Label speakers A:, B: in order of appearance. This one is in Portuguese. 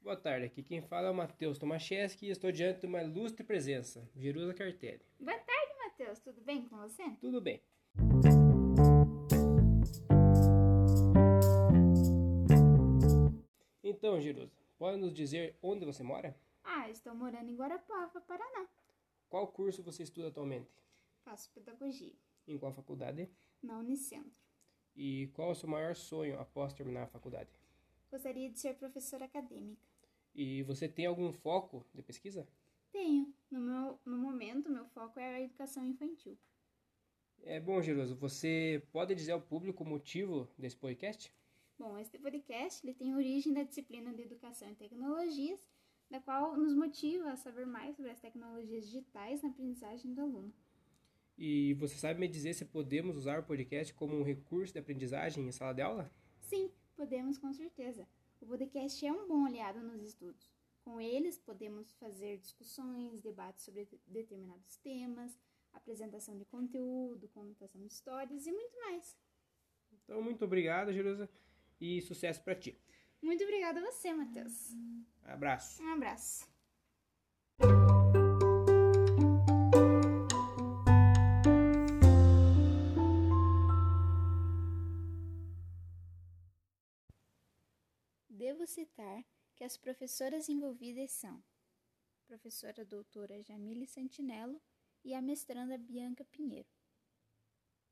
A: Boa tarde, aqui quem fala é o Matheus Tomaszewski e estou diante de uma ilustre presença, Jerusa Cartelli.
B: Boa tarde, Matheus. Tudo bem com você?
A: Tudo bem. Então, Jerusa, pode nos dizer onde você mora?
B: Ah, estou morando em Guarapuava, Paraná.
A: Qual curso você estuda atualmente?
B: Faço pedagogia
A: Em qual faculdade?
B: na Unicentro.
A: E qual é o seu maior sonho após terminar a faculdade?
B: Gostaria de ser professora acadêmica.
A: E você tem algum foco de pesquisa?
B: Tenho. No, meu, no momento, meu foco é a educação infantil.
A: É bom, Jerusa, você pode dizer ao público o motivo desse podcast?
B: Bom, este podcast ele tem origem da disciplina de Educação e Tecnologias, da qual nos motiva a saber mais sobre as tecnologias digitais na aprendizagem do aluno.
A: E você sabe me dizer se podemos usar o podcast como um recurso de aprendizagem em sala de aula?
B: Sim, podemos com certeza. O podcast é um bom aliado nos estudos. Com eles, podemos fazer discussões, debates sobre de- determinados temas, apresentação de conteúdo, contação de histórias e muito mais.
A: Então, muito obrigado, Jerusa, e sucesso para ti.
B: Muito obrigada a você, Matheus.
A: Abraço.
B: Um abraço. Devo citar que as professoras envolvidas são professora doutora Jamile Santinello e a mestranda Bianca Pinheiro.